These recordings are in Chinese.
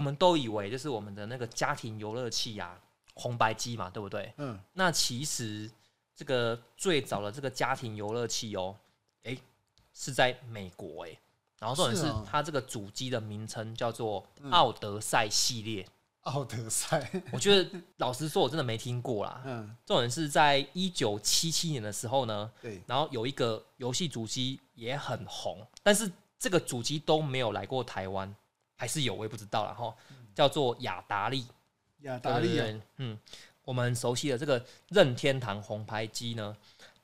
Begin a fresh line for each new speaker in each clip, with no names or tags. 们都以为就是我们的那个家庭游乐器呀、红白机嘛，对不对？
嗯，
那其实这个最早的这个家庭游乐器哦，诶、是在美国诶、然后重点
是
是
哦嗯
它这个主机的名称叫做奥德赛系列，
奥德赛，
我觉得老实说，我真的没听过啦。
嗯，
重点是在一九七七年的时候呢，
对，
然后有一个游戏主机也很红，但是这个主机都没有来过台湾，还是有我也不知道啦。哈，叫做雅达利。
雅达利
对
啊，
对对嗯，我们很熟悉的这个任天堂红牌机呢，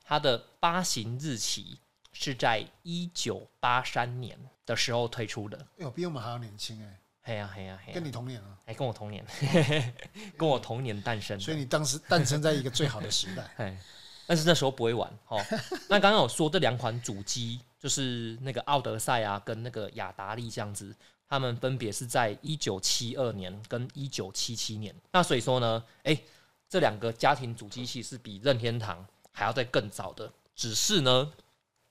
它的发行日期是在一九八三年的时候推出的。
哎呦，比我们还要年轻哎，
嘿呀、嘿呀、嘿呀、
跟你同年啊，
哎、跟我同 年， 跟我同年诞生的。。
所以你当时 诞生在一个最好的时代
哎，但是那时候不会玩 哦。那刚刚有说这两款主机，就是那个奥德赛啊，跟那个雅达利这样子，他们分别是在一九七二年跟一九七七年。那所以说呢，哎、这两个家庭主机系是比任天堂还要再更早的，只是呢，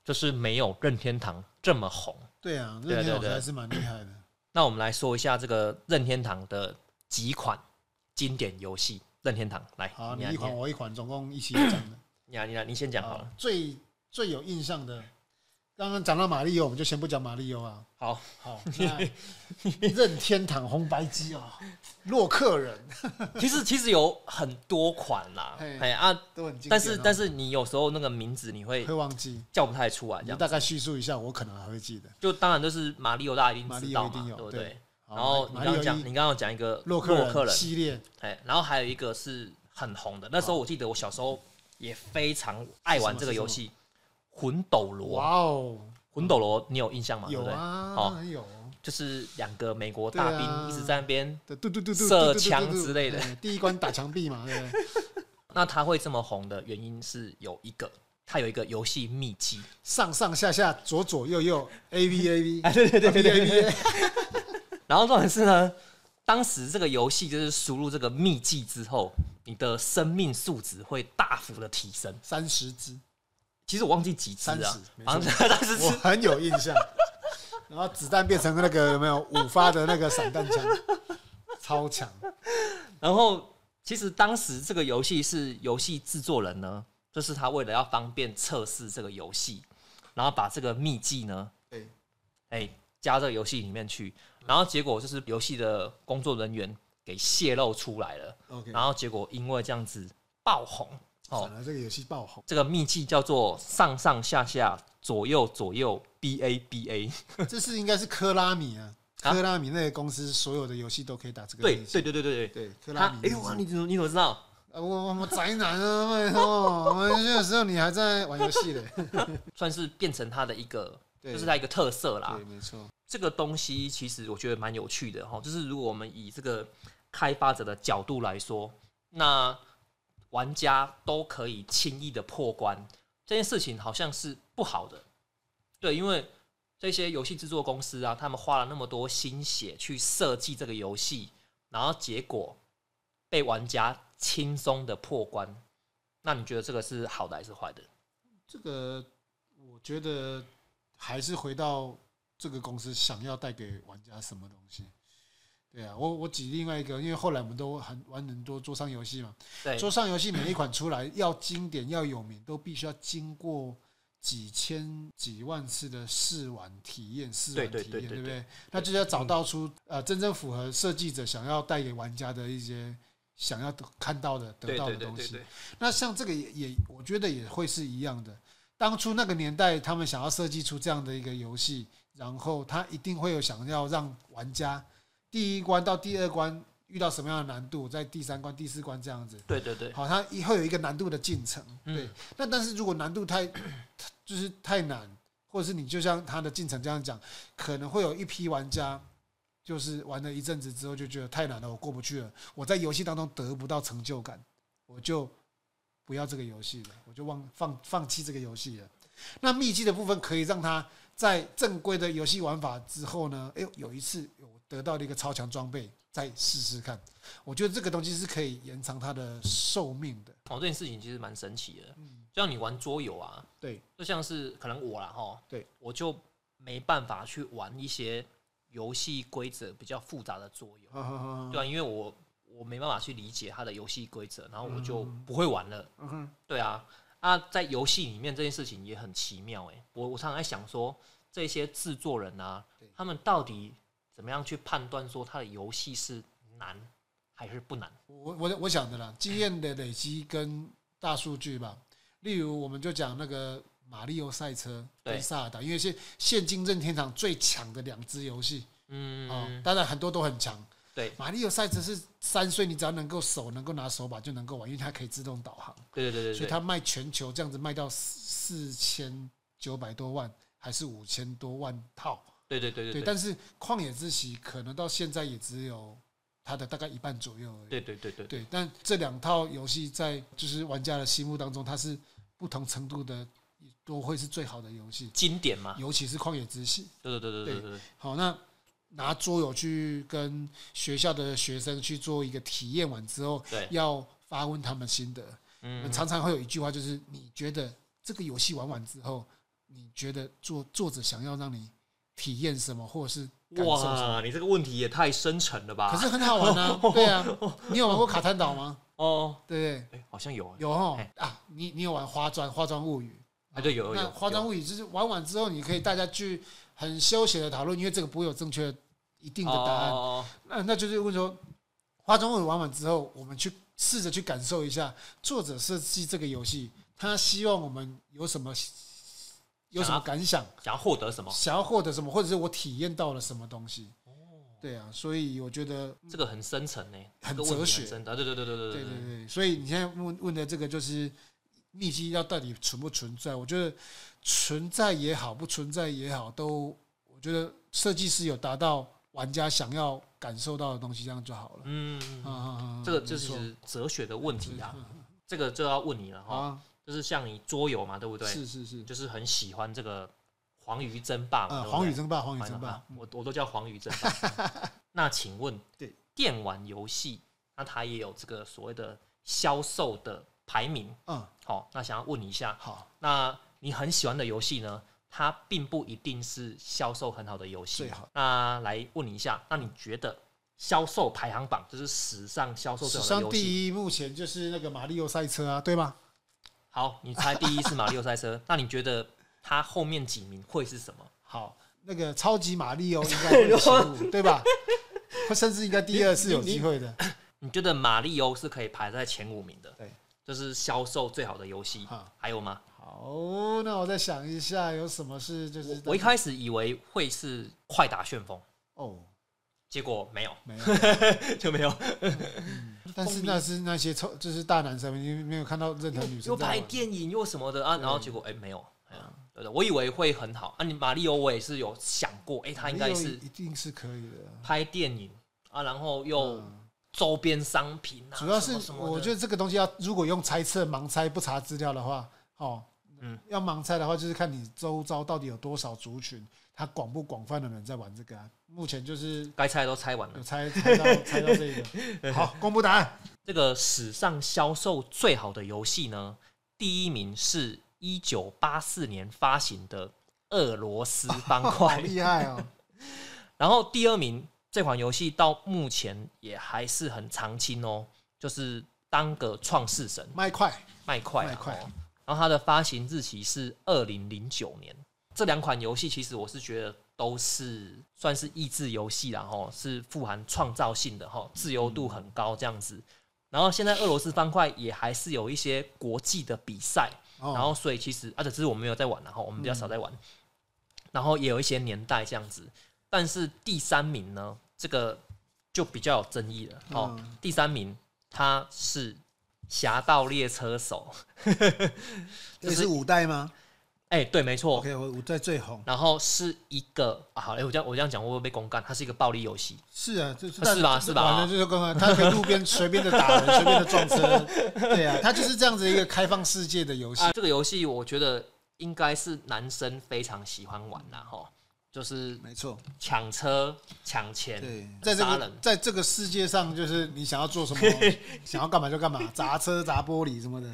就是没有任天堂这么红。
对啊，
对
任
对
天堂
对
还是蛮厉害的。
那我们来说一下这个任天堂的几款经典游戏。任天堂来，
好，
你
你
来，
一款我一款，总共一起讲的。
你来，你来，你 先讲好
好
了。，
最最有印象的，刚刚讲到马里欧，我们就先不讲马里欧啊。
好，
好，那任天堂红白机啊，洛克人
其实其实有很多款啦，
嘿
哎啊，
都很经典哦、
但是但是你有时候那个名字你会
会忘记，
叫不太出来，这
你
样
大概叙述一下，我可能还会记得。
就当然就是马里奥大家一定
马
知
里
道
奥一
嘛，
定有
对不
对哦
对？
好
然后你
马
刚刚
里奥
讲
一
你刚刚讲一个
洛
克
克
人，
系列，
哎，然后还有一个是很红的，那
哦
时候我记得我小时候也非常爱玩这个游戏，魂斗罗，
哇哦，
魂斗罗你有印象吗？对
有
不对？
啊，
好
当然有，
就是两个美国大
对啊
兵一直在那边，
对，嘟嘟嘟嘟，
射
嘟嘟嘟嘟
墙之类的
对哎第一关打墙壁嘛，对不对，
那它会这么红的原因是有一个，它有一个游戏秘籍，
上上下下左左右右 ，A B A B，
啊对对对对对
A B A B，
然后重点是呢，当时这个游戏就是输入这个秘技之后，你的生命数值会大幅的提升。
三十只，
其实我忘记几次
30
啊，
没错
好像 但是
我很有印象。 然后子弹变成那个有没有五发的那个散弹枪，超强。
然后其实当时这个游戏是游戏制作人呢，就是他为了要方便测试这个游戏，然后把这个秘技呢，
对，
哎加这个游戏里面去，然后结果就是游戏的工作人员给泄露出来了，
OK，
然后结果因为这样子爆红哦
反，而这个游戏爆红，
这个秘技叫做上上下下左右左右 B A B A。
这是应该是科拉米啊，
啊
科拉米那个公司所有的游戏都可以打这个
对
游戏。
对对对对对。
对，科拉
他
米那
哎
个
呦
公司。
哇，你怎么你怎么知道？
啊我我我宅男啊，拜托，我们那个时候你还在玩游 戏嘞。
算是变成他的一个，
对
就是他一个特色啦
对，。没错，
这个东西其实我觉得蛮有趣的哈，就是如果我们以这个开发者的角度来说，那玩家都可以轻易的破关，这件事情好像是不好的。对，因为这些游戏制作公司啊，他们花了那么多心血去设计这个游戏，然后结果被玩家轻松的破关，那你觉得这个是好的还是坏的？
这个我觉得还是回到这个公司想要带给玩家什么东西。对啊，我我举另外一个，因为后来我们都很玩很多桌上游戏嘛，
对，
桌上游戏每一款出来要经典要有名，都必须要经过几千几万次的试玩体验，试玩体
对
验，
对对对
不对？那就是要找到出呃真正符合设计者想要带给玩家的一些想要得看到的、得
对
到
对
的
对
东
对
西
对。，
那像这个也也，我觉得也会是一样的。当初那个年代，他们想要设计出这样的一个游戏，然后他一定会有想要让玩家第一关到第二关遇到什么样的难度，在第三关、第四关这样子。
对对对，
好，它会有一个难度的进程。
嗯
对，那但是如果难度太 就是太难，或者是你就像它的进程这样讲，可能会有一批玩家。就是玩了一阵子之后就觉得太难了，我过不去了，我在游戏当中得不到成就感，我就不要这个游戏了，我就忘放放弃这个游戏了。那秘籍的部分可以让他在正规的游戏玩法之后呢，哎呦，有一次我得到了一个超强装备，再试试看。我觉得这个东西是可以延长它的寿命的。
哦，这件事情其实蛮神奇的。就像你玩桌游啊，
嗯对，
就像是可能我啦哈，
对
我就没办法去玩一些游戏规则比较复杂的桌游，
嗯哼
对啊，因为我我没办法去理解它的游戏规则，然后我就不会玩了。
嗯哼，
对啊，啊，在游戏里面这件事情也很奇妙哎、我我常常在想说，这些制作人啊
对，
他们到底怎么样去判断说他的游戏是难还是不难？
我我我想的啦，经验的累积跟大数据吧。例如，我们就讲那个《马里奥赛车》跟
对
《萨尔达》，因为现现今任天堂最强的两支游戏
嗯，
啊，当然很多都很强。
对
《马里奥赛车》是三岁，你只要能够手能够拿手把就能够玩，因为它可以自动导航，
对对对
所
对对，
以它卖全球这样子卖到四千九百多万，还是五千多万套。
对对对
对，
对
但是《旷野之息》可能到现在也只有它的大概一半左右而已。
对对对对对
对，但这两套游戏在就是玩家的心目当中，它是不同程度的都会是最好的游戏，
经典嘛，
尤其是《旷野之息》。
对对对对对对对，
好，那拿桌游去跟学校的学生去做一个体验完之后，
对
要发问他们心得。
嗯，
常常会有一句话，就是你觉得这个游戏玩完之后，你觉得作作者想要让你体验什么，或者是感受什么？
哇，你这个问题也太深沉了吧？
可是很好玩 啊，对啊。你有玩过卡坦岛吗？
哦，
对不对？
哎、好像有哎、
有哦
嘿
啊，你你有玩花砖花砖物语？
啊对有有
那
有
花砖物语就是玩完之后，你可以大家去很休闲的讨论，因为这个不会有正确一定的答案。
哦
那那就是问说，花砖物语玩完之后，我们去试着去感受一下作者设计这个游戏，他希望我们有什么有什么感想，
想要获得什么？哦
想要获得什么，或者是我体验到了什么东西。对啊，所以我觉得
这个很深层呢、
很
这个问题
哲学
很深啊！对对对对对
对
对
对对，所以你现在问问的这个就是秘籍要到底存不存在？我觉得存在也好，不存在也好，都我觉得设计师有达到玩家想要感受到的东西，这样就好了。
嗯，
啊，
这个就
没错
是哲学的问题啊，这个就要问你了哈，
啊，
就是像你桌游嘛，对不对？
是是是，
就是很喜欢这个黄鱼争霸嘛，
啊，
对不对
黄宇争霸，黄宇争霸
啊，我我都叫黄鱼争霸。 那请问，
对
电玩游戏，那它也有这个所谓的销售的排名，
嗯，
好、那想要问一下，
好，
那你很喜欢的游戏呢，它并不一定是销售很好的游戏
最好。
那来问你一下，那你觉得销售排行榜就是史上销售
史
最好的
上
游戏？
第一目前就是那个马里奥赛车啊，对吗？
好，你猜第一是马里奥赛车，那你觉得它后面几名会是什么？
好，那个超级马里奥应该 会有起舞，对吧？或甚至应该第二是有机会的，
你觉得马里奥是可以排在前五名的？
对，
就是销售最好的游戏
哈。
还有吗？
好，那我再想一下，有什么事就是
我一开始以为会是快打旋风，
哦，
结果没 有，
没有，
就没有。
但是那是那些臭，就是大男生，因为没有看到任何女
又
生在
拍
玩。
电影又什么的啊，
对嗯
然后结果哎、没有，哎呀对的，我以为会很好啊。你马里欧我也是有想过，哎、他应该
没有
是
一定是可以的。
拍电影啊，然后又
嗯
周边商品啊，
主要
什么
是
什么的
我觉得这个东西要如果用猜测、盲猜、不查资料的话，哦，
嗯，
要盲猜的话，就是看你周遭到底有多少族群，它广不广泛的人在玩这个啊。目前就是
该猜都猜完
有
了。
猜猜到猜到这一 个，好，公布答案。
这个史上销售最好的游戏呢，第一名是一九八四年发行的《俄罗斯方
好
块》，
厉害哦！
然后第二名这款游戏到目前也还是很常青哦，就是《当个创世神》。
麦块，
麦块啊，
麦块
哦然后它的发行日期是二零零九年。这两款游戏其实我是觉得都是算是益智游戏啦，然后是富含创造性的哈，吼自由度很高这样子。然后现在俄罗斯方块也还是有一些国际的比赛，
哦嗯
然后所以其实啊而且只是我们没有在玩啦，然哦后我们比较少在玩，然后也有一些年代这样子。但是第三名呢，这个就比较有争议了哦。
嗯
第三名他是《侠盗猎车手》
这是哦五代吗
哎，对，没错。
？OK，我五代最红。
然后是一个啊，好，哎，我这样我这样讲会不会被公干？它是一个暴力游戏，
是啊，就是
啊是吧是吧
完了就是刚刚他可以路边随便的打人，随便的撞车，对啊，他就是这样子一个开放世界的游戏
啊，。这个游戏我觉得应该是男生非常喜欢玩啦，哈，就是
没错，
抢车、抢钱，
对，在这
杀
个
人，
在这个世界上，就是你想要 做什么，想要干嘛就干嘛，砸车、砸玻璃什么的。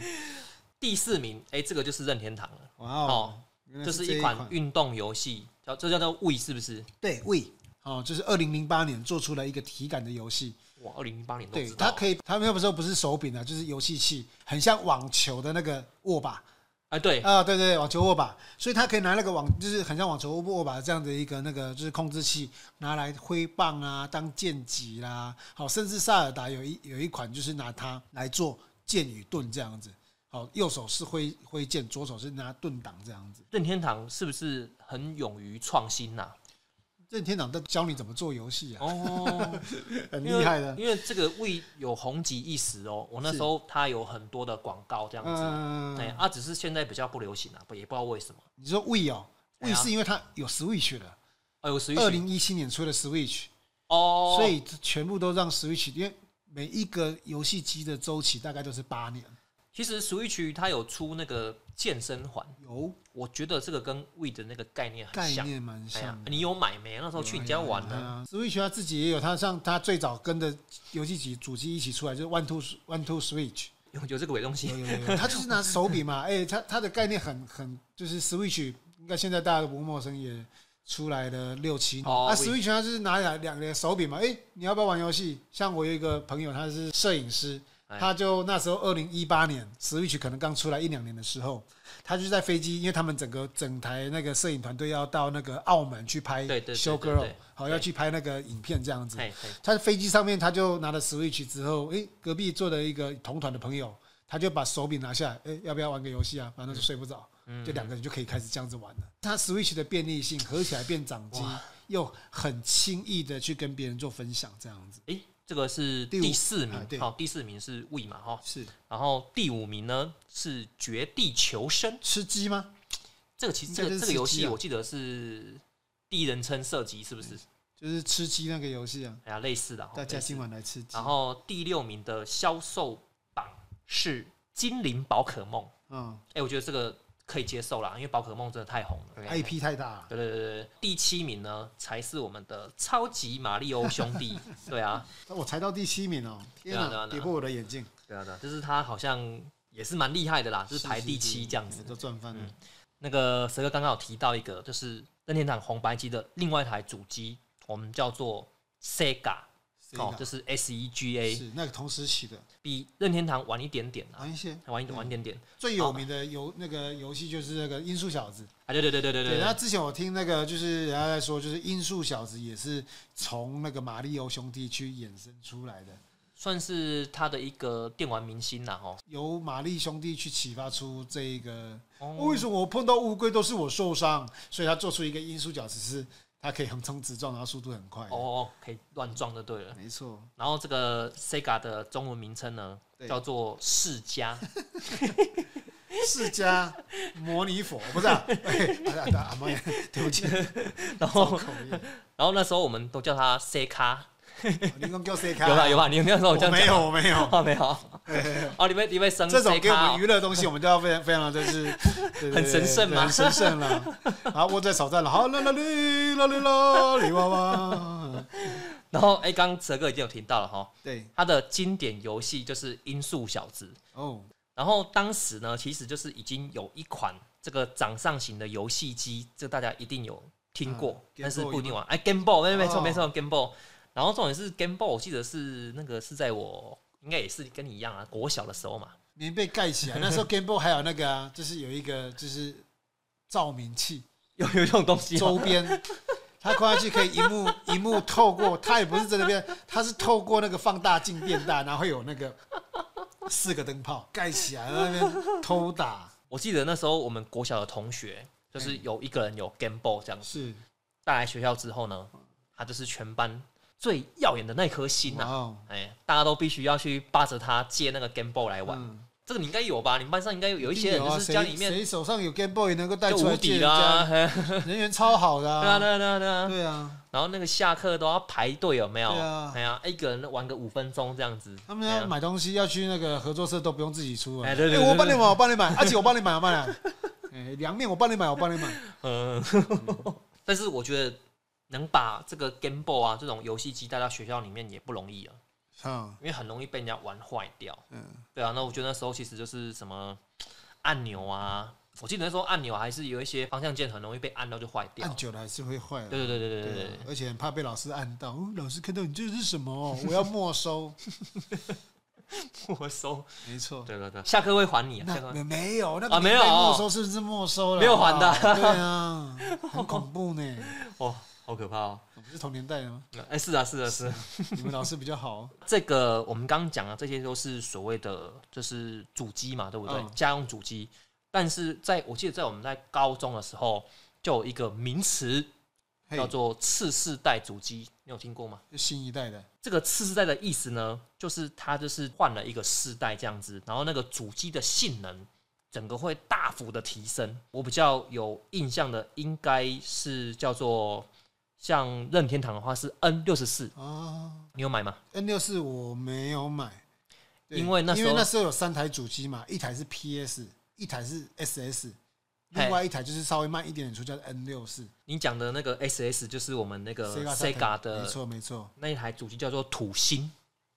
第四名，哎，这个就是任天堂了，
哇哦
哦，
原来
这
是
是一
一
款运动游戏，叫这叫做 We 是不是？
对 We 哦，就是二零零八年做出了一个体感的游戏，
哇，二零零八年都
对
知，道
它可以，它那个时候不是手柄啊，就是游戏器，很像网球的那个握把
哎，对，
啊，对对对，网球握把，所以它可以拿那个网，就是很像网球握把这样的一个那个就是控制器，拿来挥棒啊，当剑击啦，好，甚至塞尔达有一有一款就是拿它来做剑与盾这样子，好，右手是挥挥剑，左手是拿盾挡这样子。
任天堂是不是很勇于创新呐、
任天堂都教你怎么做游 戏啊，
哦，
很
因为
厉害的。
因为这个为有红极一时哦，我那时候它有很多的广告这样子，
嗯，
对啊，只是现在比较不流行啊，不也不知道为什么。
你说 We 哦
对啊
，We 是因为它有 Switch 的，
哎呦，十
二
一
零一七年出了 Switch，
哦，
所以全部都让 Switch，因为每一个游戏机的周期大概都是八年。
其实 Switch 它有出那个健身环，
有
我觉得这个跟 We 的那个概念很
概
像。
念蛮
哎呀
像，的。
你有买没？那时候去你家玩
对
呢。
啊，Switch 它自己也有，它像它最早跟着游戏机主机一起出来，就是 One Two One Two Switch，
有有这个伪东
有
西，
有有有，它就是拿手柄嘛，哎、它它的概念很很就是 Switch，应该现在大家都不陌生，也出来了六七年。
哦我
啊，Switch 它就是拿两两个手柄嘛，哎、你要不要玩游戏？像我有一个朋友，他是摄影师，
哎
他就那时候二零一八年 Switch 可能刚出来一两年的时候，他就在飞机，因为他们整个整台那个摄影团队要到那个澳门去拍
对对对
Show
对
Girl，
对
好
对
要去拍那个影片这样子。
嘿嘿，
他飞机上面他就拿了 Switch 之后，诶，隔壁坐的一个同团的朋友，他就把手柄拿下来，诶，要不要玩个游戏啊？反正就睡不着，
嗯
就两个人就可以开始这样子玩了。他 Switch 的便利性合起来变掌机，又很轻易的去跟别人做分享，这样子
诶，这个是
第五
第四
啊
名，
对
好，第四名是 We 嘛，哈，
是
然后第五名呢是绝地求生，
吃鸡吗？
这个其实
应
这
该
个
就是
这个游
吃鸡
戏
啊
我记得是第一人称射击，是不是？
就是吃鸡那个游戏啊，
哎呀，类似的哈。
大家
类似
今晚来吃鸡
然。后第六名的销售榜是精灵宝可梦，
嗯
哎，我觉得这个可以接受啦，因为宝可梦真的太红了。
，IP 太大了，
对对对对，第七名呢才是我们的超级马里奥兄 弟。对啊，
我才到第七名哦，
对
天
啊对啊
哪，
对啊
跌破我的眼镜，
对啊，对啊，就是他好像也是蛮厉害的啦，就是排第七这样子。
都赚翻了。
那个蛇哥刚刚有提到一个，就是任天堂红白机的另外一台主机，我们叫做 Sega，哦，就是是 S E G A，
是那个同时起的，
比任天堂晚一点点啊，
玩一些。
晚一点晚一点点。
最有名的游那个游戏就是那个《音速小子》。
啊，对对对对对
对，那
对，
之前我听那个就是人家在说，就是《音速小子》也是从那个《马里奥兄弟》去衍生出来的，
算是他的一个电玩明星啦，哦。
由《马力兄弟》去启发出这一个。
哦
为什么我碰到乌龟都是我受伤？所以他做出一个音速小子是，他可以横冲直撞，然后速度很快。
哦，哦，可以乱撞就对了。
没错，
然后这个 Sega 的中文名称呢，
对
叫做世 嘉，
释迦摩尼佛不是啊？ 哎啊啊啊妈呀， 对不起，
然
造
后
口音。哦
然后那时候我们都叫他 C 咖，
你刚叫谁开？
有吧有吧？你那时候
我
这样
没
讲
有，
吗？
我没有。
哦，没 有。哦，你们你们生
这
C
种给我
咖
们
哦
娱乐的东西，我们都要非常非常的就是 对对对
很神圣吗
对很神 圣了。好，握在手上了，好啦啦哩啦哩啦哩哇哇。
然后哎，刚刚哲哥已经有提到了哈，
对，
他的经典游戏就是《音速小子》，
哦，
然后当时呢，其实就是已经有一款这个掌上型的游戏机，这大家一定有听过，
嗯
但是
Game Boy
不一定玩。哎，Game Boy，没没错
哦
没错，Game Boy。然后重点是 Game Boy，我记得是那个是在我应该也是跟你一样啊，国小的时候嘛。
棉被盖起来。那时候 Game Boy 还有那个啊，就是有一个就是照明器
有有这种东西、
周
哦，
边。它看下去可以一 幕一幕透过，它也不是真的变，它是透过那个放大镜变大，然后会有那个四个灯泡盖起来，在那边偷打，
我记得那时候我们国小的同学，就是
嗯
有一个人有 Game Boy 这样子，
是
带来学校之后呢，他就是全班最耀眼的那颗星
哇
啊！
哦，
哎，大家都必须要去扒着他借那个 Game Boy 来玩。
嗯
这个你应该有吧？你们班上应该有一些人
啊
就是家
谁
里面
谁手上有 Game Boy 能够带
就
出
无
来
敌
借人
啦，
家，啊
嘿
人缘超好的
对啊，
啊、
对啊，对啊，对啊。
对啊，
然后那个下课都要排队，有没有？
对啊
哎呀，一个人玩个五分钟这样子。
他们
哎
要
呀
买东西要去那个合作社都不用自己出啊，
哎对对对
我
对
帮你买，我帮你买， 阿姐我帮你买，我帮你买， 哎，凉面我帮你买，我帮你买，
嗯， 但是我觉得能把这个 Game Boy 啊这种游戏机带到学校里面也不容易啊，
啊，
因为很容易被人家玩坏掉。
嗯，
对啊，那我觉得那时候其实就是什么按钮啊，我记得那时候按钮还是有一些方向键很容易被按到就坏掉
按。久了还是会坏啊。
对对对对对
对
对
啊
对，
而且很怕被老师按到，哦老师看到你这是什么？我要 没收。
对没收。
没错，
对对对，下课会还你啊，下
那
课
没没有那个
啊没有
年代没收是不是没收了？
没有还的
好不好对啊， 很恐怖呢。
哦，好可怕哦。
我们是同年代的吗？
哎，是啊，是啊，是啊。
你们老师比较好，
这个我们刚刚讲的这些都是所谓的就是主机嘛，对不对？
嗯
家用主机。但是在我记得在我们在高中的时候，就有一个名词
嘿
叫做次世代主机，你有听过吗？
新一代的
这个次世代的意思呢，就是它就是换了一个世代这样子，然后那个主机的性能整个会大幅的提升。我比较有印象的应该是叫做像任天堂的话是 N 六十四，
啊。
你有买吗？
N 六四我没有买，对
因为那时
因
候
为那时候有三台主机嘛，一台是 PS，一台是 SS，
嘿
另外一台就是稍微慢一点点出叫 N 六四。
你讲的那个 SS 就是我们那个
Saturn，
呃 Sega
没
的
错没错，
那一台主机叫做土星，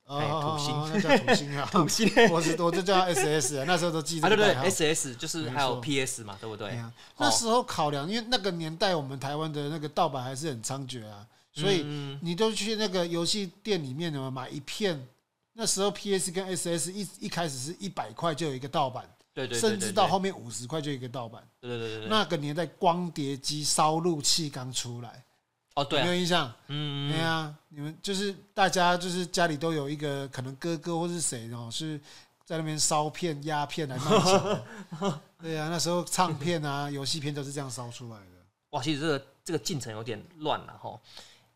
哎
哦
土星
哦哦那叫土星 啊，
土星
我是我就叫 SS，那时候都记
啊
这
对欸对
个代号。
，SS 就是还有
没错
PS 嘛，对不
哎
对？
呀那时候考量，因为那个年代我们台湾的那个盗版还是很猖獗啊，所以
嗯
你都去那个游戏店里面呢买一片。那时候 PS 跟 SS 一一开始是一百块就有一个盗版，
对对，对
甚至到，后
对
面五十块就一个盗版。
对对对对对，
那个年代光碟机烧录器刚出来，
哦对啊
有没，有印象？
嗯嗯
对啊，你们就是大家就是家里都有一个可能哥哥或是谁哦，是在那边烧片、压片来卖钱的。 对啊，那时候唱片啊、游戏片都是这样烧出来的。
哇，其实这个这个进程有点乱了哈。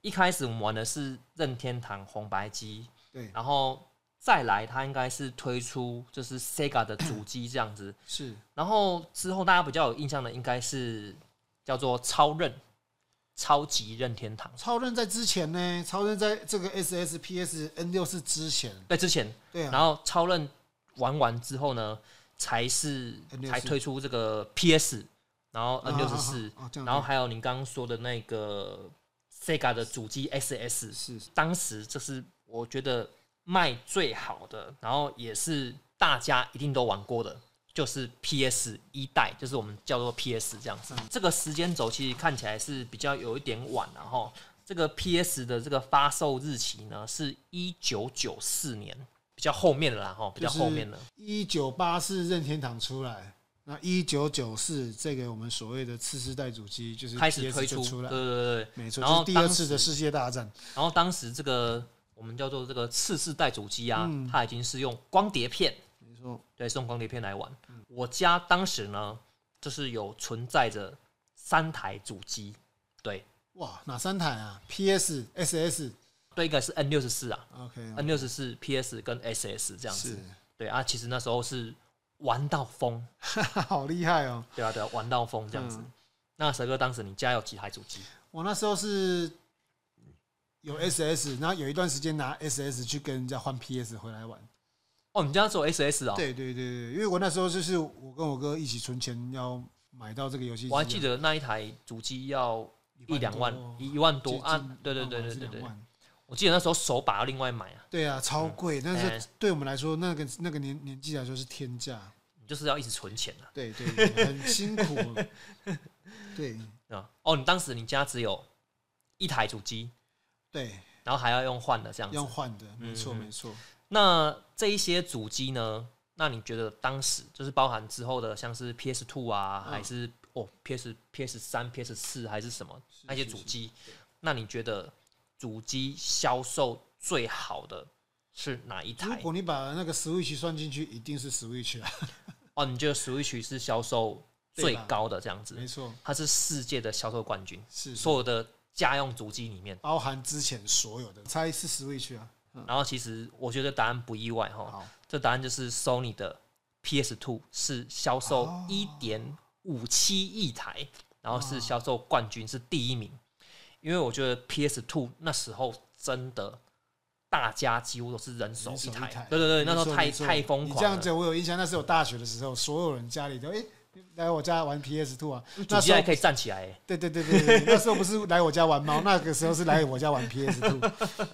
一开始我们玩的是任天堂红白机，
对，
然后再来它应该是推出就是 Sega 的主机这样子，
是
然后之后大家比较有印象的应该是叫做超任超级任天堂，
超任在之前呢，超任在这个 SS、PS、N 六四之前，
在之前
对啊，
然后超任玩完之后呢，才是
N64
才推出这个 PS，然后 N 六十
啊
四，
啊啊啊这样子
然后还有您刚刚说的那个 Sega 的主机 SS，
是
当时这是我觉得卖最好的，然后也是大家一定都玩过的。就是 PS 一代，就是我们叫做 PS 这样子。这个时间轴其实看起来是比较有一点晚啊然、后这个 PS 的这个发售日期呢是一九九四年，比较后面了啦，哈，比较后面了。
一九八四任天堂出来，那一九九四这个我们所谓的次世代主机就是
开始
PS
推
就
出，
出
对
来，
对对对。
没错，
然后
就是第二
当
次的世界大战，
然后当时这个我们叫做这个次世代主机啊，
嗯
它已经是用光碟片，
没错，
对，是用光碟片来玩。我家当时呢，就是有存在着三台主机，对，
哇，哪三台啊？PS、SS、
对，一个是 N 六十四啊
OK，
，N 六十四 PS 跟 SS 这样
嗯是
子，，对啊，其实那时候是玩到疯，
好厉害哦！
对啊对啊，玩到疯这样
嗯
子。那蛇哥当时你家有几台主机？
我那时候是有 SS，然后有一段时间拿 SS 去跟人家换 PS 回来玩。
哦，你家只有 SS 哦，
对对对对，因为我那时候就是我跟我哥一起存钱要买到这个游戏机啊，
我还记得那一台主机要一两万
多，
一一万多
接
啊
近，
对对
万
对
还
对
是
对
两
对，
万
我记得那时候手把要另外买啊，
对啊，超贵，但
哎
是对我们来说，那个那个年年纪来说是天价。
你就是要一直存钱啊，
对对对， 很辛苦。对
对吧？哦，你当时你家只有一台主机，
对，
然后还要用换的这样
要
子。
换的，没错
嗯嗯
没错。
那这一些主机呢？那你觉得当时就是包含之后的，像是 PS Two 啊，
嗯
还是哦 PS PS 三、PS 四还是什么那些
是
主
是
机？那你觉得主机销售最好的是哪一
如
台？
果你把那个 Switch 算进去，一定是 Switch 啊，
哦，你觉得 Switch 是销售最高的这样
没
子，
错，
它是世界的销售冠军，
是
所有的家用主机里面。
包含之前所有的，猜是 Switch 啊。
然后其实我觉得答案不意外哈，
好，
这答案就是 Sony 的 PS Two 是销售
哦
一点五七亿台，然后是销售冠军是第一名，因为我觉得 PS Two 那时候真的。大家几乎都是人手
人手
一
一
台，
台
对对对，那时
没
候
错
太
没错
太疯
你
狂
这样
了
子，，我有印象，那是我大学的时候，所有人家里都哎、来我家玩 PS Two 啊，
主
那
机
时候
还可以站起来欸，
对对对对对，那时候不是来我家玩猫，那个时候是来我家玩 PS Two，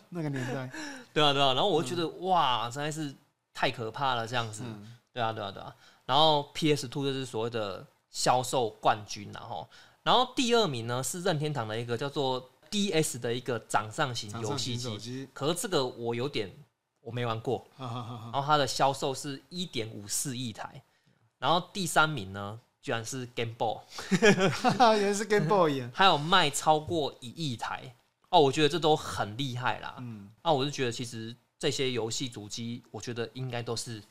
那个年代。
对啊，对啊，然后我就觉得、
嗯
哇，实在是太可怕了，这样子。对啊，对啊，对啊。然后 PS Two 就是所谓的销售冠军然后然后第二名呢是任天堂的一个叫做 DS 的一个掌上型
掌
游
上
戏
型手
机，
机，
可是这个我有点我没玩过，
哈哈哈哈，
然后它的销售是一点五四亿台，然后第三名呢居然是 Game Boy，
哈 哈原来是 Game Boy 耶，
还有卖超过一亿台哦，我觉得这都很厉害啦。
嗯，
那、我是觉得其实这些游戏主机，我觉得应该都是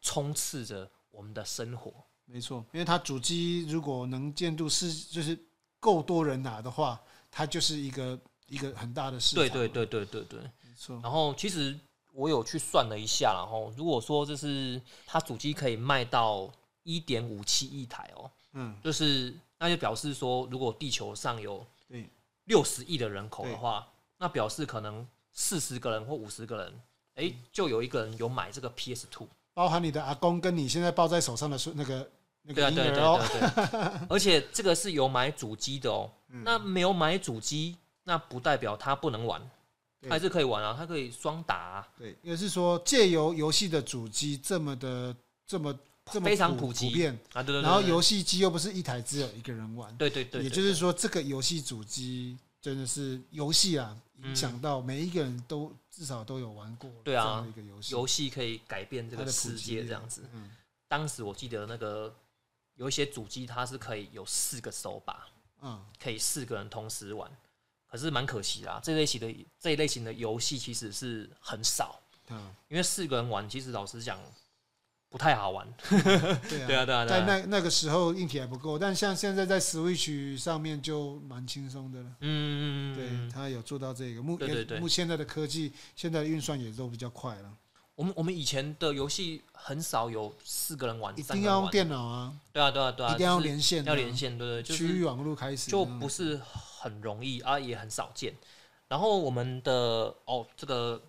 充斥着我们的生活。
没错，因为它主机如果能见度是就是够多人拿的话，它就是一个一个很大的市场，
对对，对对对对。
没错，
然后其实我有去算了一下，然后如果说就是它主机可以卖到一点五七亿台哦，
嗯，
就是那就表示说，如果地球上有
对，
六十亿的人口的
对
话，那表示可能四十个人或五十个人，哎、
嗯
就有一个人有买这个 PS Two。
包含你的阿公跟你现在抱在手上的孙那个那
对啊，
个婴
对对
儿哦，
对对，啊而且这个是有买主机的哦。
嗯
那没有买主机，那不代表他不能玩，
对
还是可以玩啊，他可以双打啊、
对，也是说借由游戏的主机这么的这么这么
非常
普
普及
遍，
啊，对对对。
然后游戏机又不是一台只有一个人玩，
对对对，对
也就是说这个游戏主机真的是游戏啊，影响到每一个人都至少都有玩过
嗯对啊
这样的一个游戏，
游戏可以改变这
它
个
的普
世
及
界
率
这样子。
嗯，
当时我记得那个有一些主机，它是可以有四个手把，
嗯，
可以四个人同时玩，可是蛮可惜啦。这类型的这一类型的游戏其实是很少，
嗯，
因为四个人玩，其实老实讲不太好玩。
对啊，
对啊，对啊，对
在
啊。
那那个时候硬体还不够，但像现在在 Switch 上面就蛮轻松的了。
嗯，
对，他有做到这个目
对对对
目现在的科技，现在的运算也都比较快了，
我们我们以前的游戏很少有四个人玩，
一
三
定
个人
要用
玩
电脑啊，
对啊，对啊，对啊，
一定要
就是
连线啊，
要连线，对对，就
区域
是
网络开始，
就
嗯
不是很容易啊，也很少见。然后我们的哦，这个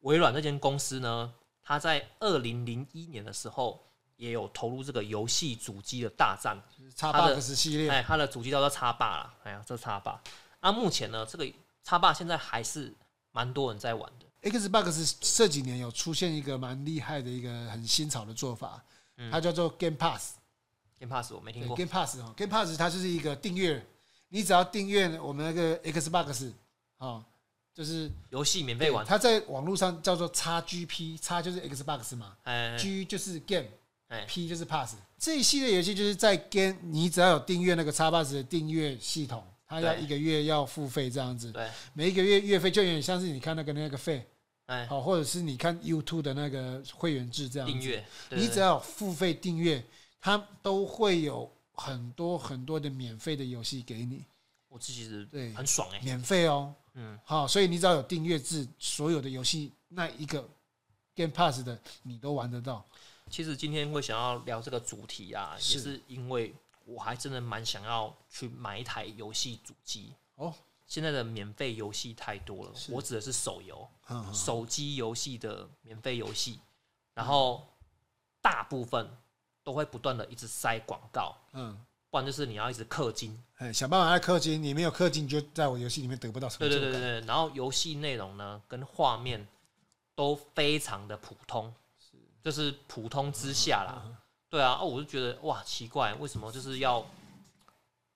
微软这间公司呢，它在二零零一年的时候也有投入这个游戏主机的大战，
Xbox
它的
系列，
哎，它的主机叫做叉霸啦，哎呀，这叉霸。那目前呢，这个叉霸现在还是蛮多人在玩的，
Xbox 这几年有出现一个蛮厉害的一个很新潮的做法，
嗯
它叫做 Game Pass。
Game Pass 我没听
对
过，
Game Pass 哦，Game Pass 它就是一个订阅，你只要订阅我们那个 Xbox 哦，就是
游戏免费玩，
它在网络上叫做 XGP，x 就是 Xbox 嘛
哎，
，G 就是
哎
Game，P 就是 Pass。这一系列游戏就是在 Game，你只要有订阅那个 Xbox 的订阅系统，它要
对
一个月要付费这样子，
对，
每一个月月费就有点像是你看那个那个费。
哎，
好，或者是你看 YouTube 的那个会员制这样子
订，阅，对
你
对
只要有付费订阅，它都会有很多很多的免费的游戏给你，
我自己
对
是很爽哎、
免费哦。
嗯，
好，所以你只要有订阅制，所有的游戏那一个 Game Pass 的你都玩得到。
其实今天会想要聊这个主题啊，
是
也是因为我还真的蛮想要去买一台游戏主机。
哦，
现在的免费游戏太多了，
是
我指的是手游、
嗯，嗯
手机游戏的免费游戏，然后大部分都会不断的一直塞广告，
嗯，
不然就是你要一直氪金。
哎，想办法来氪金，你没有氪金，你就在我游戏里面得不到成
对
就
对对
感。
对对，然后游戏内容呢跟画面都非常的普通，就是普通
嗯
之下啦。对啊，哦，我就觉得哇，奇怪，为什么就是要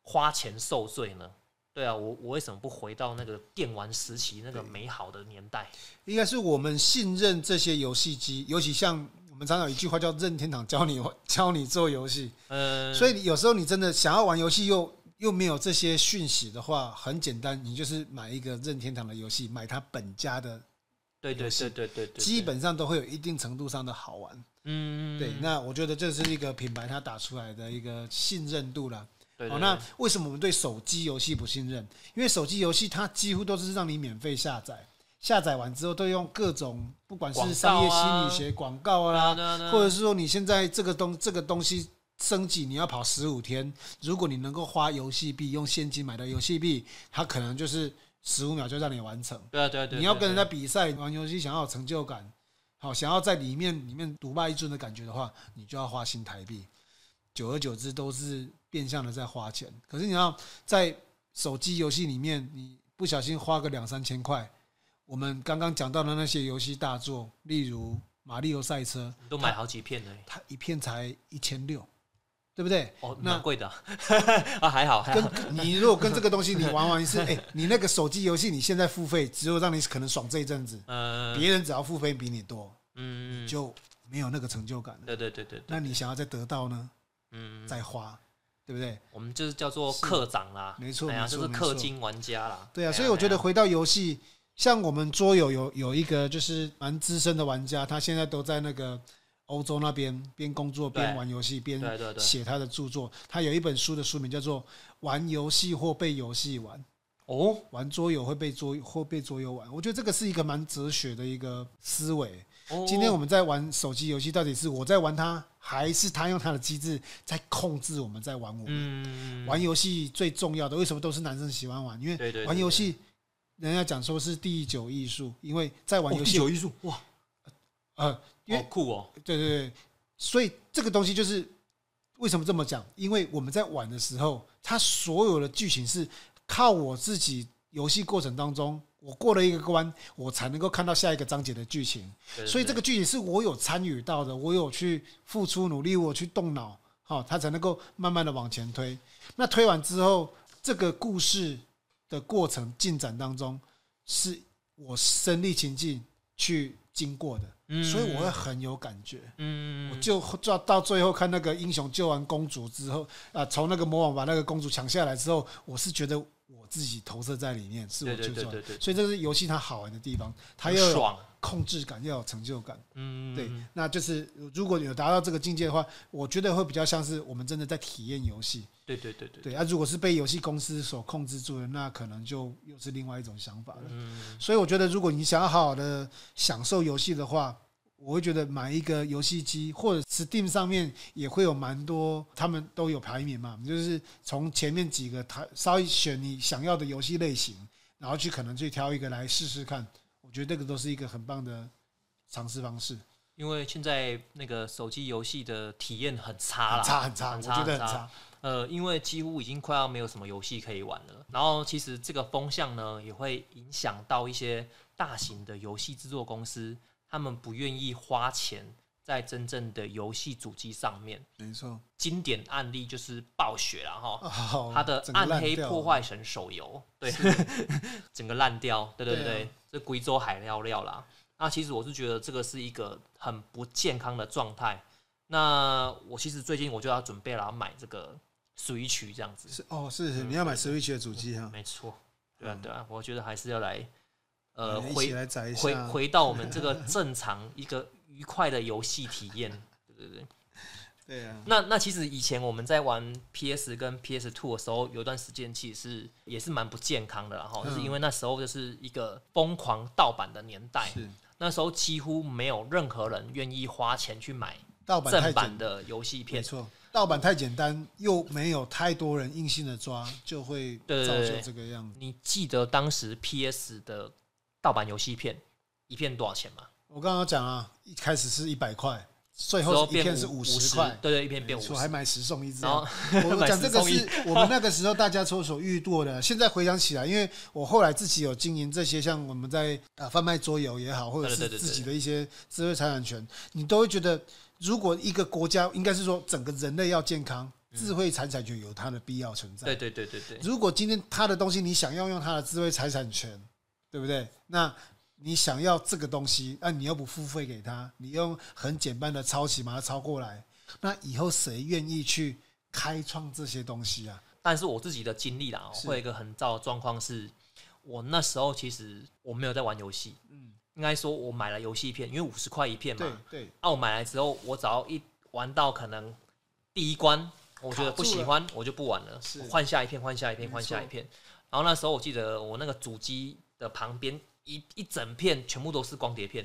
花钱受罪呢？对啊，我我为什么不回到那个电玩时期那个美好的年代？
应该是我们信任这些游戏机，尤其像我们常常有一句话叫“任天堂教你 教你做游戏”，
嗯，
所以你有时候你真的想要玩游戏又又没有这些讯息的话，很简单，你就是买一个任天堂的游戏，买它本家的，
对对对对对对，
基本上都会有一定程度上的好玩。
嗯，
对，那我觉得这是一个品牌它打出来的一个信任度啦。
对对
好，哦那
对
为什么我们对手机游戏不信任？因为手机游戏它几乎都是让你免费下载，下载完之后都用各种不管是商业心理学广告
对
啊，
啊对啊对啊
或者是说你现在这个东这个东西升级，你要跑十五天，如果你能够花游戏币用现金买到游戏币，它可能就是十五秒就让你完成。
对啊对啊对啊，
你要
对啊
跟人
对啊
家比赛玩游戏，想要有成就感，好想要在里面里面独霸一尊的感觉的话，你就要花新台币。久而久之都是变相的在花钱。可是你要在手机游戏里面，你不小心花个两三千块，我们刚刚讲到的那些游戏大作，例如《马里奥赛车》，
都买好几片的，
它一片才一千六，对不对？
哦，
那
蛮贵的啊 啊，还好还好，
跟你如果跟这个东西你玩完一次，哎、你那个手机游戏你现在付费，只有让你可能爽这一阵子，
呃，
别人只要付费比你多，
嗯，
就没有那个成就感了。
对对对对对，
那你想要再得到呢，
嗯，
再花，对不对？
我们就是叫做氪长啦，
没错
哎呀，
没错
就是
没
氪
错
金玩家啦，
对
哎
啊，
呀
所以我觉得
哎呀
回到游戏，像我们桌游有有一个就是蛮资深的玩家，他现在都在那个欧洲那边边工作边
对
玩游戏边
对对对，
写他的著作。他有一本书的书名叫做《玩游戏或被游戏玩》。
哦，
玩桌游会被桌或被桌游玩，我觉得这个是一个蛮哲学的一个思维。
哦
今天我们在玩手机游戏，到底是我在玩它，还是它用它的机制在控制我们在玩我？
嗯
玩游戏最重要的，为什么都是男生喜欢玩？因
对对
为
对
玩游戏，人家讲说是第九艺术，因为在玩
哦
游
第
戏，
九艺术哇，
呃，因
好
为
酷哦，
对对对，所以这个东西就是为什么这么讲？因为我们在玩的时候，它所有的剧情是靠我自己游戏过程当中，我过了一个关，我才能够看到下一个章节的剧情。
对对
所以这
对
个剧情是我有参与到的，我有去付出努力，我有去动脑，好、它才能够慢慢的往前推。那推完之后，这个故事的过程进展当中，是我身历情境去经过的，
嗯
所以我会很有感觉。
嗯，
我就到到最后看那个英雄救完公主之后，啊，从那个魔王把那个公主抢下来之后，我是觉得我自己投射在里面，是我
对对
就
对
算
对。对，
所以这是游戏它好玩的地方，它
很
要有
爽，
控制感，要有成就感。
嗯，
对，那就是如果有达到这个境界的话，我觉得会比较像是我们真的在体验游戏。
对对对对，
对啊，如果是被游戏公司所控制住的，那可能就又是另外一种想法了。
嗯，
所以我觉得，如果你想要好好的享受游戏的话，我会觉得买一个游戏机，或者 Steam 上面也会有蛮多，他们都有排名嘛，就是从前面几个它稍微选你想要的游戏类型，然后去可能去挑一个来试试看。我觉得这个都是一个很棒的尝试方式，
因为现在那个手机游戏的体验很差
很
啦，
差很差，我
很
觉得很
很
差。
呃，因为几乎已经快要没有什么游戏可以玩了。然后其实这个风向呢，也会影响到一些大型的游戏制作公司，他们不愿意花钱在真正的游戏主机上面。
没错，
经典案例就是暴雪啦，哈、
好，
它的
哦整
《
个
暗
烂
黑
掉
破
了
坏神》手游，对， 整个烂掉，对对
对啊
对，这贵州海料料啦。那其实我是觉得这个是一个很不健康的状态。那我其实最近我就要准备了买这个 Switch 这样子，
是啊哦，是是，你要买 Switch 的主机哈，
没错，对啊对啊，我觉得还是要来呃
我们一
回
起来载一
回
下。
回到我们这个正常一个愉快的游戏体验。
对啊，
那那其实以前我们在玩 PS 跟 PS Two 的时候，有一段时间其实是也是蛮不健康的啦，然后、
嗯
就是因为那时候就是一个疯狂盗版的年代，
是
那时候几乎没有任何人愿意花钱去买
盗版太
正
简
版，的游戏
没
片。
错，盗版太简单，又没有太多人硬性的抓，就会
对对
造
对
就
对
这个样子。
你记得当时 PS 的盗版游戏片一片多少钱吗？
我刚刚讲啊，一开始是一百块，最
之后
后一
变
片是
五
十块，
对对，一片变
没
五
错，
十
还。买十送一这啊
然
样
后
我
买
讲
十
这个
送一
是我们那个时候大家所所遇过的。现在回想起来，因为我后来自己有经营这些，像我们在啊贩卖桌游也好，或者是
对对对对
自己的一些智慧财产权，你都会觉得，如果一个国家应该是说整个人类要健康，
嗯
智慧财产权有它的必要存在。
对对对对对，
如果今天他的东西你想要用他的智慧财产权，对不对？那你想要这个东西，那你又不付费给他，你用很简单的抄袭把它抄过来，那以后谁愿意去开创这些东西啊？
但是我自己的经历啦，
是
会有一个很糟的状况是，我那时候其实我没有在玩游戏，
嗯，
应该说我买了游戏片，因为五十块一片
对
嘛，
对，
啊，我买来之后，我只要一玩到可能第一关，我觉得
卡住
不喜欢，我就不玩了
是，
我换下一片，换下一片，
没错
换下一片。然后那时候我记得我那个主机的旁边一一整片全部都是光碟片，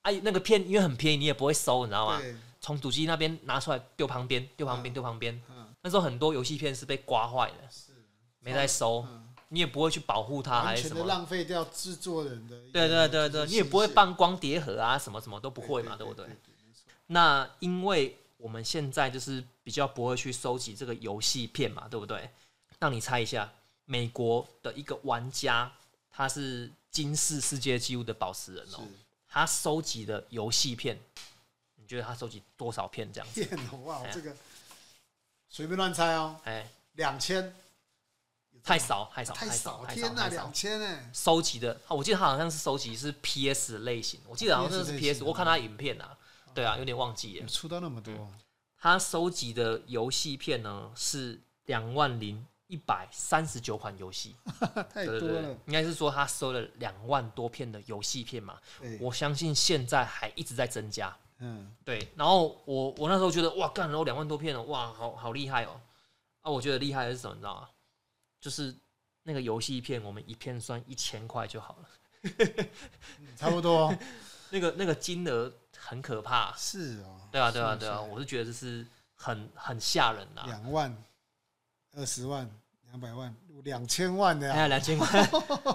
哎、那个片因为很便宜，你也不会收，你知道吗？
嗯对，
从主机那边拿出来丢旁边，丢旁边，
嗯
丢旁边。
嗯，
那时候很多游戏片是被刮坏的，
是，
没在收，
嗯，
你也不会去保护它还
完
是
全
什
的
么。
浪费掉制作人的一个，
对对对对，
就是
你也不会
心血，
放光碟盒啊，什么什么都不会嘛，对不对？？那因为我们现在就是比较不会去收集这个游戏片嘛，对不对？让你猜一下，美国的一个玩家，他是金氏世界纪录的保持人哦、
是，
他收集的游戏片，你觉得他收集多少片这样子？
电脑哇，这个随便乱猜哦，
哎，
两千，
太少，太少，
太
少，
少，
太少，
天哪，
太少
两。千哎，
收集的，啊我记得他好像是收集是 PS 类型，我记得好像是
PS 类
PS，
型
我看他影片啊，对嗯啊，有点忘记了。
出到那么多，
他收集的游戏片呢是两万零一百三十九款游戏，
太
对
多
对对
了，，哎
应该是说他收了两万多片的游戏片嘛，
哎，
我相信现在还一直在增加。
嗯，
对，然后我我那时候觉得哇，干，然后两万多片了，哇，好好厉害哦！啊，我觉得厉害的是什么，你知道吗？就是那个游戏片，我们一片算一千块就好了，
差不多，
那个那个金额很可怕。
是哦，
对啊，对啊，
是
对啊，，我是觉得这是很很吓人的、
是
啊。
两万、二十万、两百万、两千万的
哎
呀，
呀，两千 块，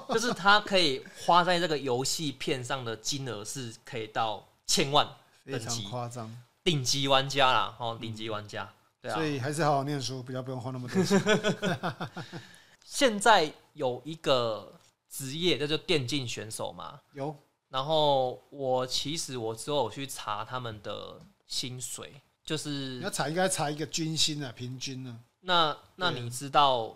就是他可以花在这个游戏片上的金额是可以到千万，
非
等
常
级
夸张，
顶级玩家啦，哦，顶级玩家。对啊，
嗯所以还是好好念书，比较不用花那么 多钱。
现在有一个职业叫做电竞选手嘛，
有
然后我其实我之后有去查他们的薪水，就
你要
是
查，应该查一个均薪啊，平均啊。
那那
对啊
你知道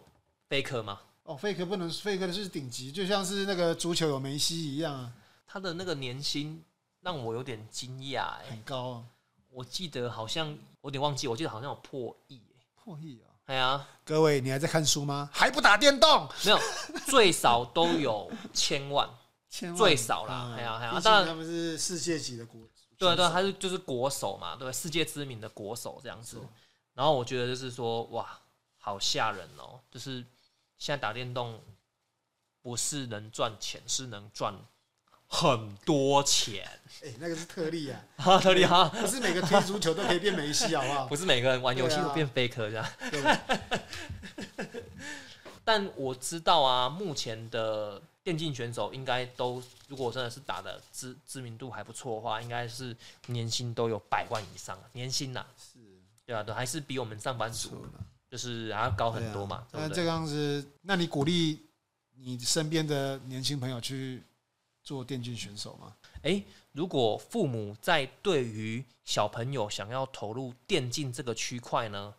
Faker 吗？
哦，费克不能，费克是顶级，就像是那个足球有梅西一样啊，
他的那个年薪让我有点惊讶、欸，
很高啊，
我记得好像我有点忘记，我记得好像有破亿、欸。
破亿啊！
哎呀，
各位，你还在看书吗？还不打电动？
没有，最少都有千万。
千万
最少啦
啊
哎呀哎呀
毕竟
当然
他们是世界级的国，
对啊对啊，他是就是国手嘛，对吧？世界知名的国手这样子
是。
然后我觉得就是说，哇，好吓人哦！就是现在打电动不是能赚钱，是能赚很多钱。
哎，那个是特例啊，
哈，特厉害！
不是每个踢足球都可以变梅西，好 不好？
不是每个人玩游戏
对啊
都变 faker 这样。
对吧
但我知道啊，目前的电竞选手应该都，如果真的是打的知知名度还不错的话，应该是年薪都有百万以上，年薪呐、
是
对啊，对，还是比我们上班族
错了，
就是还要高哦很多嘛，对
啊那
不
这
对？
样子，那你鼓励你身边的年轻朋友去做电竞选手吗？
诶，如果父母在对于小朋友想要投入电竞这个区块呢，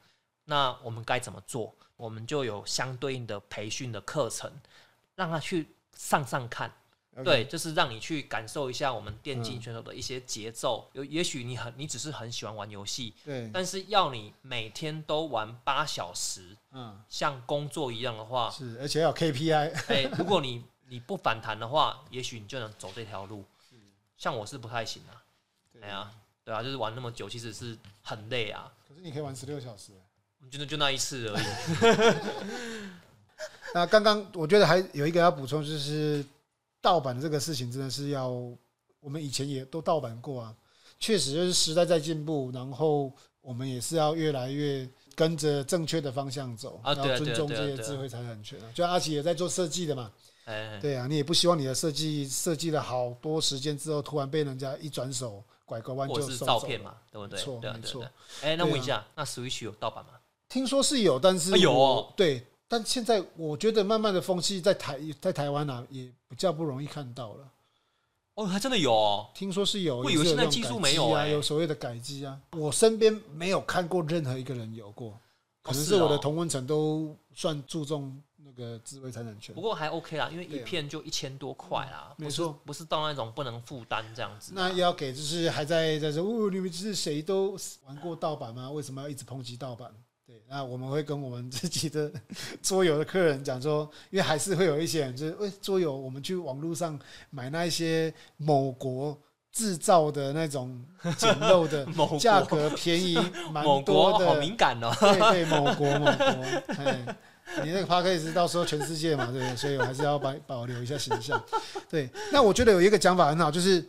那我们该怎么做？我们就有相对应的培训的课程，让他去上上看。对，，就是让你去感受一下我们电竞选手的一些节奏。有、也许你很，你只是很喜欢玩游戏，
对，
但是要你每天都玩八小时，
嗯，
像工作一样的话，
是，而且要有 KPI，
哎、如果你你不反弹的话，也许你就能走这条路。像我是不太行啊，哎呀、对啊，就是玩那么久，其实是很累啊。
可是你可以玩十六小时。
就就那一次 而已。
那刚刚我觉得还有一个要补充，就是盗版的这个事情真的是要，我们以前也都盗版过啊，确实就是时代在进步，然后我们也是要越来越跟着正确的方向走，
啊
要
对啊
尊
对啊
重
对啊
这些
对啊
智慧财产权啊。就像阿奇也在做设计的嘛，
哎、
对啊，你也不希望你的设计设计了好多时间之后，突然被人家一转手拐个弯
或
就
者是
收
照
走
片
了。
嘛，对不对？
没错
对啊
没
对啊
错
对啊。哎、那
对
问一
啊
下，那 Switch 有盗版吗？
听说是有，但是
啊有
我
哦
对，但现在我觉得慢慢的风气在台在台湾啊，也比较不容易看到了。
哦，还真的有哦。
听说是有，
我以
也
为
是
现
有
在
这种
技术
改
没有
机啊，
欸
有所谓的改机啊。我身边没有看过任何一个人有过，可能
是
是
哦
我的同温层都算注重那个智慧财产权
不。过还 OK 啦，因为
对
一
啊
片就一千多块啦，
没
不是
错
不是到那种不能负担这样子啊。
那也要给就是还在在说，哦，你们是谁都玩过盗版吗？为什么要一直抨击盗版？对，那我们会跟我们自己的桌游的客人讲说，因为还是会有一些人就是，喂、桌游我们去网络上买那一些某国制造的那种简陋的
某国
价格便宜蛮
某国
多
好
的，
敏感哦，
对对，某国某国，哎，你那个 p a c a s 到时候全世界嘛，对不对？所以我还是要保保留一下形象。对，那我觉得有一个讲法很好，就是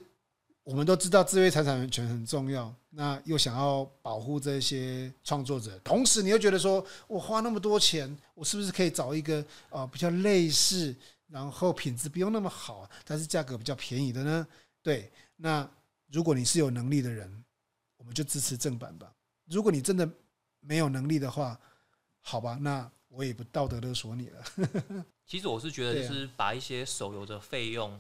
我们都知道智慧财产权很重要，那又想要保护这些创作者，同时你又觉得说我花那么多钱，我是不是可以找一个呃比较类似，然后品质不用那么好，啊但是价格比较便宜的呢？对，那如果你是有能力的人，我们就支持正版吧。如果你真的没有能力的话，好吧，那我也不道德勒索你了。
其实我是觉得，
对
就
啊
是把一些手游的费用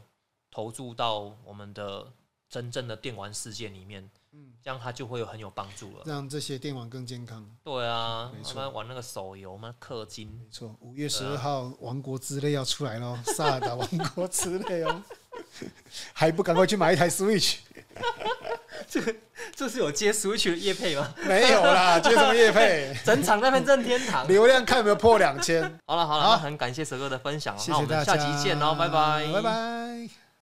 投注到我们的真正的电玩世界里面，
嗯，
这样它就会有很有帮助了。
让这些电玩更健康。
对啊
没，
他
错
们玩那个手游嘛，氪金，
没错，五
啊
月十二号，王国之泪》要出来喽，《萨尔达王国之泪》哦，还不赶快去买一台 Switch？
这是有接 Switch 的业配 吗？
没有啦，接什么业配？
整场在变正天堂。
流量看有没有破两千？
好了好了，
好
那很感谢蛇哥的分享哦，
谢
那我
谢
们
大
下
家，
集见喽，拜拜，
拜拜。